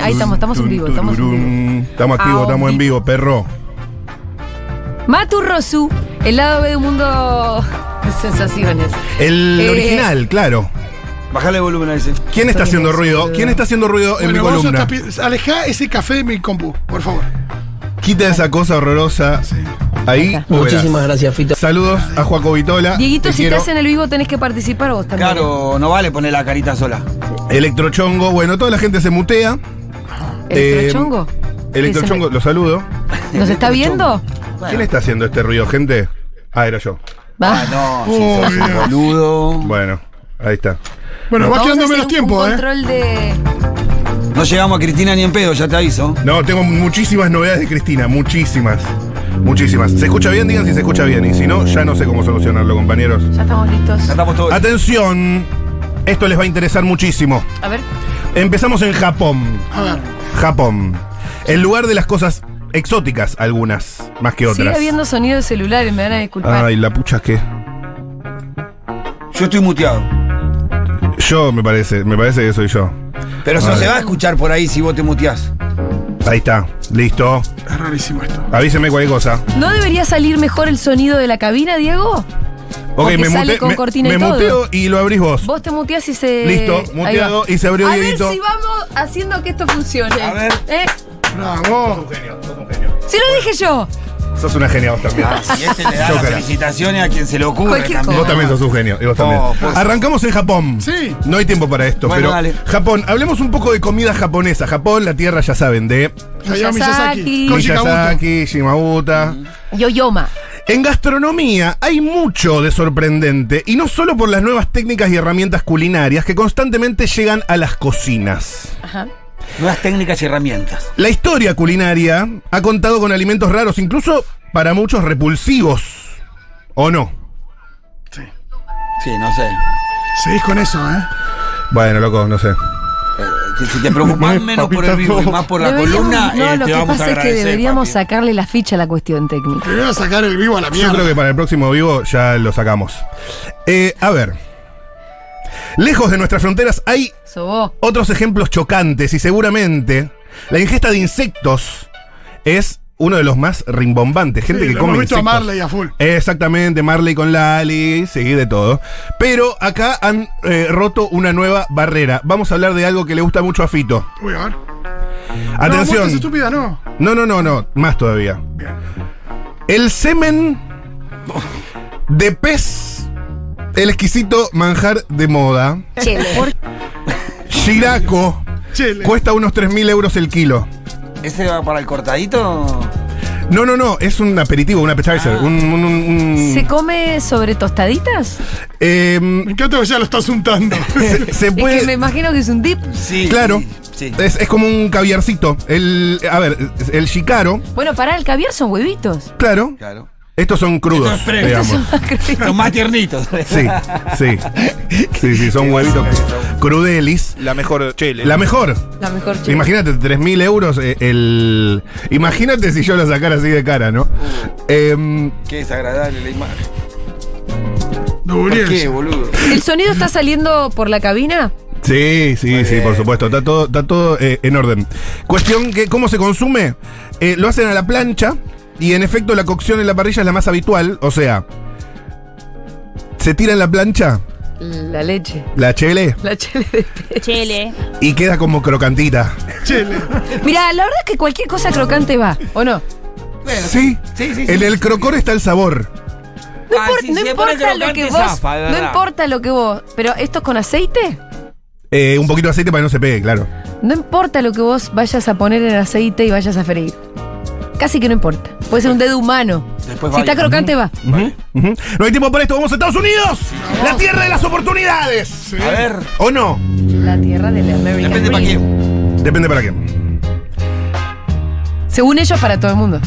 Ahí estamos, estamos en vivo, estamos en vivo. Estamos activos, Ah, estamos en vivo, perro. Matu Rosu, el lado B de un mundo de sensaciones. El Eh, original, claro. Bajale el volumen a ese. ¿Quién está haciendo ruido? ¿Quién está haciendo ruido en mi Bueno, vamos columna? a tapir- alejá ese café de mi compu, por favor. Quita esa cosa horrorosa. Ahí. o verás. Muchísimas gracias, Fito. Saludos a Juaco Vitola. Dieguito, Te si quiero. estás en el vivo tenés que participar vos también. Claro, no vale poner la carita sola. Electrochongo. Bueno, toda la gente se mutea. eh, Eh, ¿Electrochongo? Electrochongo, ¿Qué lo saludo. se me- ¿Nos está viendo? ¿Quién está haciendo este ruido, gente? Ah, era yo. Va. Ah, no, si sos un Oh, Dios. boludo. Bueno, ahí está. Bueno, va Vamos a quedando hacer menos un tiempo, ¿eh? control de... No llegamos a Cristina ni en pedo, ya te aviso. No, tengo muchísimas novedades de Cristina, muchísimas. Muchísimas. ¿Se escucha bien? Digan si se escucha bien. Y si no, ya no sé cómo solucionarlo, compañeros. Ya estamos listos. Ya estamos todos. Atención, esto les va a interesar muchísimo. A ver. Empezamos en Japón. A ver, Japón. El lugar de las cosas exóticas, algunas, más que Sigue otras. habiendo sonido de celulares, me van a disculpar. Ay, la pucha que. Yo estoy muteado. Yo me parece, me parece que soy yo. Pero A eso se ver. va a escuchar por ahí si vos te muteás. Ahí está, listo. es rarísimo esto. Avíseme cualquier cosa. ¿No debería salir mejor el sonido de la cabina, Diego? Ok, Porque me, sale mute- con me- cortina y me todo. muteo y lo abrís vos. Vos te muteás y se. Listo, Ahí va. muteado y se abrió A Dieguito. ver si vamos haciendo que esto funcione. A ver. ¿Eh? Bravo. Si lo dije yo. Sos una genia vos también. Si este le da Joker. las felicitaciones a quien se le ocurre Cualquier también. Vos también sos un genio. y vos también. Oh, pues. Arrancamos en Japón. Sí. No hay tiempo para esto, Bueno, pero. dale. Japón, hablemos un poco de comida japonesa. Japón, la tierra, ya saben, de Hayao Miyazaki. Miyazaki. Koji Kabuto. Miyazaki, Shimabuta. Yoyoma. En gastronomía hay mucho de sorprendente, y no solo por las nuevas técnicas y herramientas culinarias que constantemente llegan a las cocinas. Ajá. Nuevas técnicas y herramientas. La historia culinaria ha contado con alimentos raros, incluso para muchos repulsivos. ¿O no? Sí. Sí, no sé. Seguís con eso, ¿eh? Bueno, loco, no sé. Eh, que Si te preocupás Mamá, menos por el papita, vivo y no. más por la Deberíamos- columna, No, eh, lo te que vamos a pasa es que agradecer. deberíamos papi. sacarle la ficha a la cuestión técnica. Primero sacar el vivo a la Yo creo mierda. que para el próximo vivo ya lo sacamos. Eh, a ver. Lejos de nuestras fronteras hay Eso vos. otros ejemplos chocantes y seguramente la ingesta de insectos es uno de los más rimbombantes. Gente Sí, que lo come hemos visto a insectos. Marley a full. Exactamente, Marley con Lali, seguí de todo. Pero acá han eh, roto una nueva barrera. Vamos a hablar de algo que le gusta mucho a Fito. Uy, a ver. No, muerte Atención. es estúpida, no. No, no, no, no, más todavía. Bien. El semen de pez, el exquisito manjar de moda, Chele. Shirako, Chile. cuesta unos 3.000 euros el kilo. ¿Ese va para el cortadito? No, no, no, es un aperitivo, un appetizer, Ah. un... un- un- un- ¿Se come sobre tostaditas? Em, Me encanta que ya lo estás untando. se, se Es que me puede... imagino que es un dip. Sí. Claro, Sí. es, es como un caviarcito. El, a ver, el shikaro, Bueno, para el caviar son huevitos. claro, Claro. estos son crudos, Estos frescos. digamos. Son más tiernitos. Sí, sí. Sí, sí, son huevitos crudelis. La mejor chile. La mejor. La mejor Sí. chele. Imagínate, 3.000 euros eh, el... Imagínate si yo lo sacara así de cara, ¿no? Uh. Em, Qué desagradable la imagen. No, ¿Por Uriel. qué, boludo? ¿El sonido está saliendo por la cabina? sí, sí, sí, por supuesto. Está todo, está todo eh, en orden. Cuestión que, ¿cómo se consume? Eh, lo hacen a la plancha y en efecto la cocción en la parrilla es la más habitual. O sea, se tira en la plancha, La leche. la chele, La chele de pez. Chele. y queda como crocantita. Chile. Mira, la verdad es que cualquier cosa crocante va, ¿o no? Sí, Sí, sí, sí, en el sí, crocor está el sabor. No, Ah, impor- si no se pone importa lo que crocante, vos. zafa, de no verdad. importa lo que vos. Pero esto es con aceite. Eh, un poquito de aceite para que no se pegue, claro. No importa lo que vos vayas a poner en aceite y vayas a freír. Casi que no importa. Puede ser un dedo humano. Después si va está ahí. crocante va. Ujú. No hay tiempo para esto, vamos a Estados Unidos. La tierra de las oportunidades. A ver, ¿O no? La tierra de la American depende para Dream. quién. Depende para quién. Según ellos, para todo el mundo.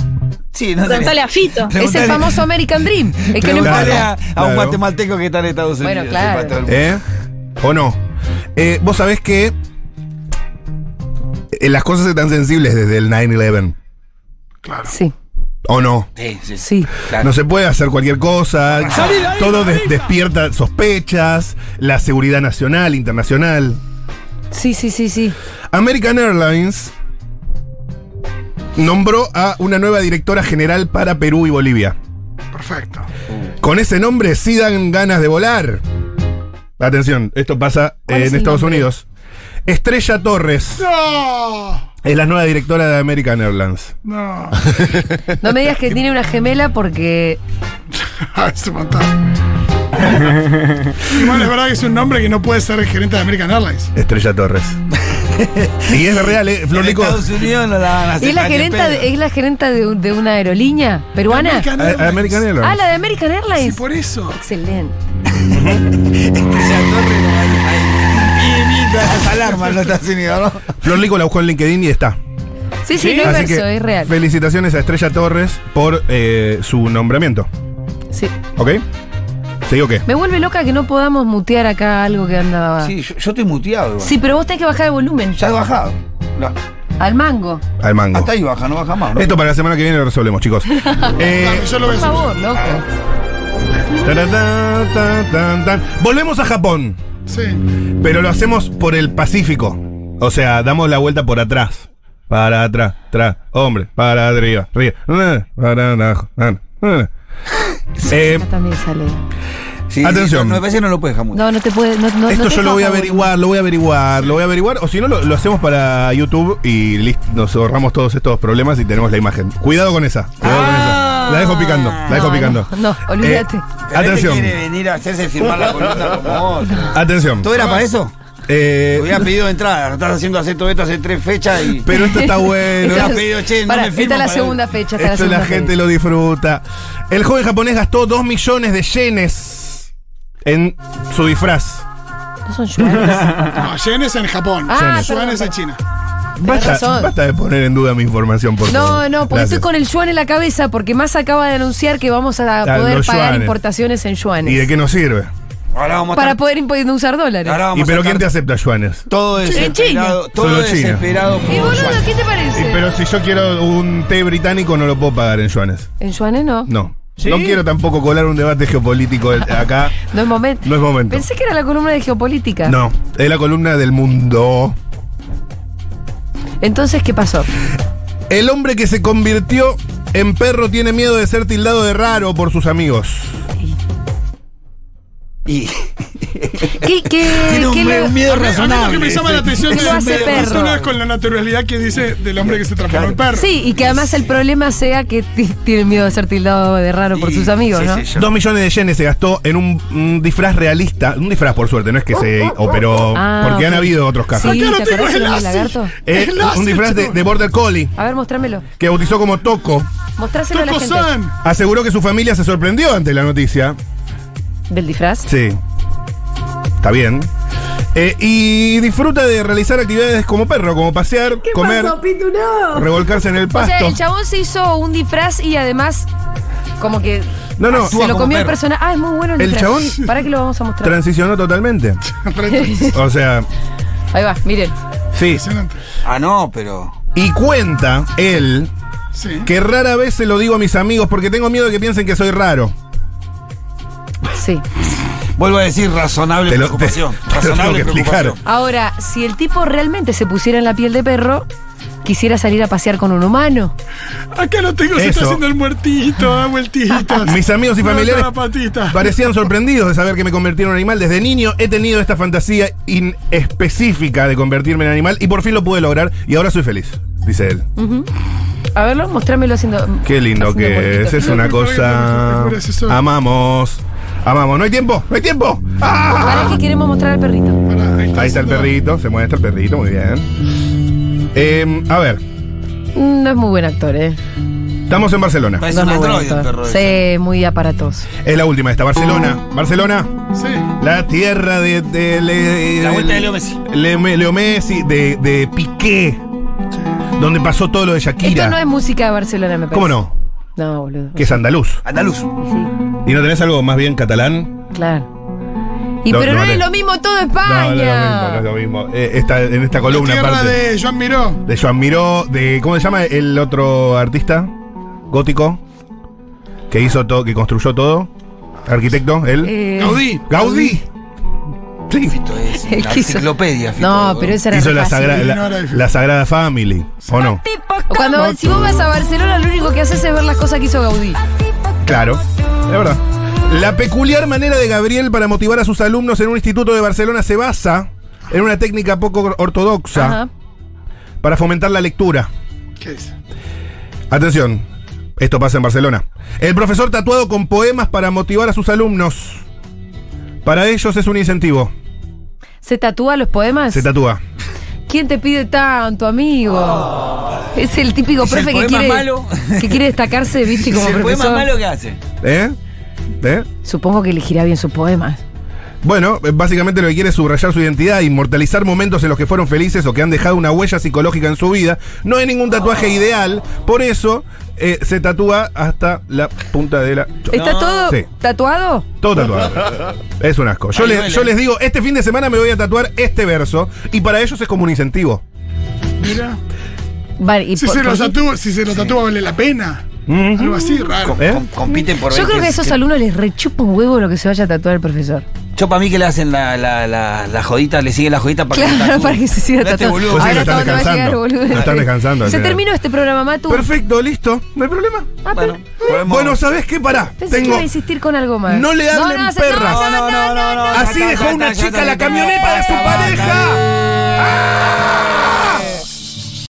Sí, no sé. Preguntale a Fito. Es el Preguntale- famoso American Dream. El que no Preguntale importa. Claro, a, a un claro. guatemalteco que está en Estados Unidos. Bueno, el claro. pato del- ¿Eh? ¿O no? Eh, Vos sabés que eh, las cosas están sensibles desde el 9-11. Sí, ¿O no? Sí, Eh, sí, sí. sí. Claro. No se puede hacer cualquier cosa. Todo des- despierta sospechas. La seguridad nacional, internacional. Sí, sí, sí, sí. American Airlines nombró a una nueva directora general para Perú y Bolivia. Perfecto. Con ese nombre sí dan ganas de volar. Atención, esto pasa ¿Cuál es en el Estados nombre? Unidos. Estrella Torres No, es la nueva directora de American Airlines. no. No me digas que tiene una gemela porque. se mataron. Igual es verdad que es un nombre que no puede ser gerente de American Airlines. Estrella Torres. y es real, ¿eh? Flor En Lico. Estados Unidos no la van a hacer. ¿Es la ni en gerenta, pedo. de, ¿es la gerenta de, un- de una aerolínea peruana? American A- a American Airlines. Ah, la de American Sí, Airlines. por eso. Excelente. Estrella Torres no hay. hay pimienta, las alarmas en los Estados Unidos, ¿no? Flor Lico la buscó en LinkedIn y está. Sí, sí, no es Así verso, que es real. felicitaciones a Estrella Torres por eh, su nombramiento. Sí. ¿Ok? ¿Te digo qué? Me vuelve loca que no podamos mutear acá algo que andaba. Sí, Sí, yo, yo estoy muteado. igual. pero vos tenés que bajar el volumen. Ya he bajado. No, Al mango. Al mango. hasta ahí baja, no baja más. ¿no? Esto para la semana que viene lo resolvemos, chicos. Eh, Yo lo voy Por a hacer. favor, loco. tararán, tan, tan, tan. Volvemos a Japón, Sí. pero lo hacemos por el Pacífico. O sea, damos la vuelta por atrás. Para atrás, atrás, hombre, para arriba, arriba, eh, para abajo. eh, eh. Eh, Acá también sale. Sí, sí, Atención. no, me parece que no lo puedes dejar mucho. No, no te puede. No, no, Esto no te yo lo voy a baja averiguar, lo voy a averiguar, lo voy a averiguar. O si no, lo, lo hacemos para YouTube y listo, nos ahorramos todos estos problemas y tenemos la imagen. Cuidado con esa. Cuidado con esa. La dejo picando, la dejo No, picando. Ah. no, no, olvídate. Eh, Pero este atención, quiere venir a hacerse firmar la columna como otro. atención. ¿Todo era para eso? Te Eh, hubiera pedido entrada. Estás haciendo hacer todo esto hace tres fechas y. pero esto está bueno. Esta- Lo has pedido, che, no Pará, me firmo esta es la para- segunda fecha. Esta es Esto la, la segunda gente fecha. lo disfruta. El joven japonés gastó 2 millones de yenes en su disfraz. No son yuanes. No, Yen es en Japón. Ah, Yuan perdón, es perdón. en China. Basta, razón. basta de poner en duda mi información, por No, favor. no, porque estoy Gracias. con el yuan en la cabeza porque más acaba de anunciar que vamos a Ah, poder los pagar yuanes. importaciones en yuanes. ¿Y de qué nos sirve? Ahora vamos a Para estar- poder imp- no usar dólares. ahora vamos ¿Y a pero estar quién te acepta, Juanes? Todo China. desesperado. Todo Solo China. desesperado. Y por boludo, Juan. ¿qué te parece? Y pero si yo quiero un té británico, no lo puedo pagar en yuanes. En yuanes no. No, No. No quiero tampoco colar un debate geopolítico el- acá. es momento. No es momento. Pensé que era la columna de geopolítica. No, es la columna del mundo. Entonces, ¿qué pasó? El hombre que se convirtió en perro tiene miedo de ser tildado de raro por sus amigos. Y. ¿Qué, qué, Tiene qué un, lo- un miedo A mí razonable. lo que me llama la atención Lo es hace es perro. una con la naturalidad que dice del hombre que se transformó en perro. Sí, y que además el problema sea que ti- tiene miedo de ser tildado de raro por Y- sus amigos, sí, ¿no? sí, yo- Dos millones de yenes se gastó en un, un disfraz realista. Un disfraz, por suerte, no es que se operó. Ah, porque han ok. habido otros casos. Sí, Acá lo ¿te Ah, tengo acordás el el lazo. lagarto? Eh, El lazo, un disfraz de, chico. de Border Collie A ver, mostrámelo. que bautizó como Toco. Mostráselo a la gente. Toco-san. Aseguró que su familia se sorprendió ante la noticia. ¿Del disfraz? Sí. Está bien. Eh, y disfruta de realizar actividades como perro, como pasear, comer, revolcarse en el O sea, pasto. el chabón se hizo un disfraz y además, como que no, no, se lo como comió el perro. personaje. Ah, es muy bueno el, El disfraz. chabón- ¿Para qué lo vamos a mostrar? transicionó totalmente. O sea, Ahí va, miren. sí. Impresionante. Ah, no, pero. Y cuenta él Sí. que rara vez se lo digo a mis amigos porque tengo miedo de que piensen que soy raro. Sí. Vuelvo a decir razonable Te lo- te- preocupación. te lo tengo razonable que explicar. preocupación. Ahora, si el tipo realmente se pusiera en la piel de perro, quisiera salir a pasear con un humano. Acá lo tengo, se Eso. está haciendo el muertito, da vueltitas. Mis amigos y Mueve familiares la patita. parecían sorprendidos de saber que me convertí en un animal. Desde niño he tenido esta fantasía inespecífica de convertirme en animal y por fin lo pude lograr y ahora soy feliz, dice él. Mm. A verlo, mostrámelo haciendo. Qué lindo haciendo que muertito. es, es una Muy bonito, cosa. muy bonito, eso. Amamos, amamos. No hay tiempo, no hay tiempo. ¡Ah! ¿Para qué queremos mostrar al perrito? Pará, Ahí está el haciendo- perrito, se muestra el perrito, muy bien. Eh, a ver, Mm, No es muy buen actor, ¿eh? estamos en Barcelona. Parece No un muy buen androide el actor. perro. este. ese. Sí, muy aparatoso. Es la última esta, Barcelona. Ah. Barcelona, Sí. la tierra de. de- le- La vuelta de Leo Messi. Le- me- Leo Messi, de, de Piqué, donde pasó todo lo de Shakira. Esto no es música de Barcelona, me parece. ¿Cómo no? No, boludo. Que es andaluz. Andaluz. Sí, ¿Y no tenés algo más bien catalán? claro. Y No, pero no no, le- es lo mismo todo No, no es lo mismo, no España. es lo mismo. Eh, esta- en esta La columna tierra aparte. de Joan Miró. De Joan Miró, de. ¿Cómo se llama el otro artista? Gótico. Que hizo todo, que construyó todo. Arquitecto, él. Eh, Gaudí. Gaudí. Sí. Fito es Él una quiso- enciclopedia, Fito. No, pero esa era Hizo re la, fácil. sagra- la- No era difícil. la Sagrada Family, ¿o no? O Cuando si vos vas a Barcelona, lo único que haces es ver las cosas que hizo Gaudí. Claro, es verdad. La peculiar manera de Gabriel para motivar a sus alumnos en un instituto de Barcelona se basa en una técnica poco ortodoxa Ajá. para fomentar la lectura. ¿Qué es? Atención, esto pasa en Barcelona. El profesor tatuado con poemas para motivar a sus alumnos. Para ellos es un incentivo. ¿Se tatúa los poemas? Se tatúa. ¿Quién te pide tanto, amigo? es el típico ¿Es el profe que poema quiere malo? que quiere destacarse, viste, como Si el poema profesor. "Pues malo que hace. ¿Eh? ¿Eh? Supongo que elegirá bien sus poemas. Bueno, básicamente lo que quiere es subrayar su identidad, inmortalizar momentos en los que fueron felices o que han dejado una huella psicológica en su vida. No hay ningún tatuaje ideal, por eso eh, se tatúa hasta la punta de la... cho- ¿Está No. todo Sí. tatuado? Todo tatuado. Es un asco. Yo Ahí les, duele. yo les digo, este fin de semana me voy a tatuar este verso y para ellos es como un incentivo. Mira. Vale, y Si por- se lo por- tatúa, si se lo tatúa vale la pena. Ujú. Algo así, raro. Co- ¿Eh? Com- compiten por Yo ver creo que a quién- esos quién- alumnos les rechupa un huevo lo que se vaya a tatuar el profesor. Yo para mí que le hacen la, la, la, la jodita, le siguen la jodita para que Claro, tatúe. para que se siga No este tatuando. boludo. Pues sí, Ahora lo están todo te va a llegar, descansando. boludo. Lo están descansando, Se claro. terminó este programa, Matu. Perfecto, listo. No hay problema. Ah, pero- Bueno, podemos- Bueno, ¿sabes qué? Pará. Pensé que Tengo... iba a insistir con algo más. No le hablen no, se- perras. No, no, no, no, no. Así dejó una chica la camioneta de su pareja. ¡Ah!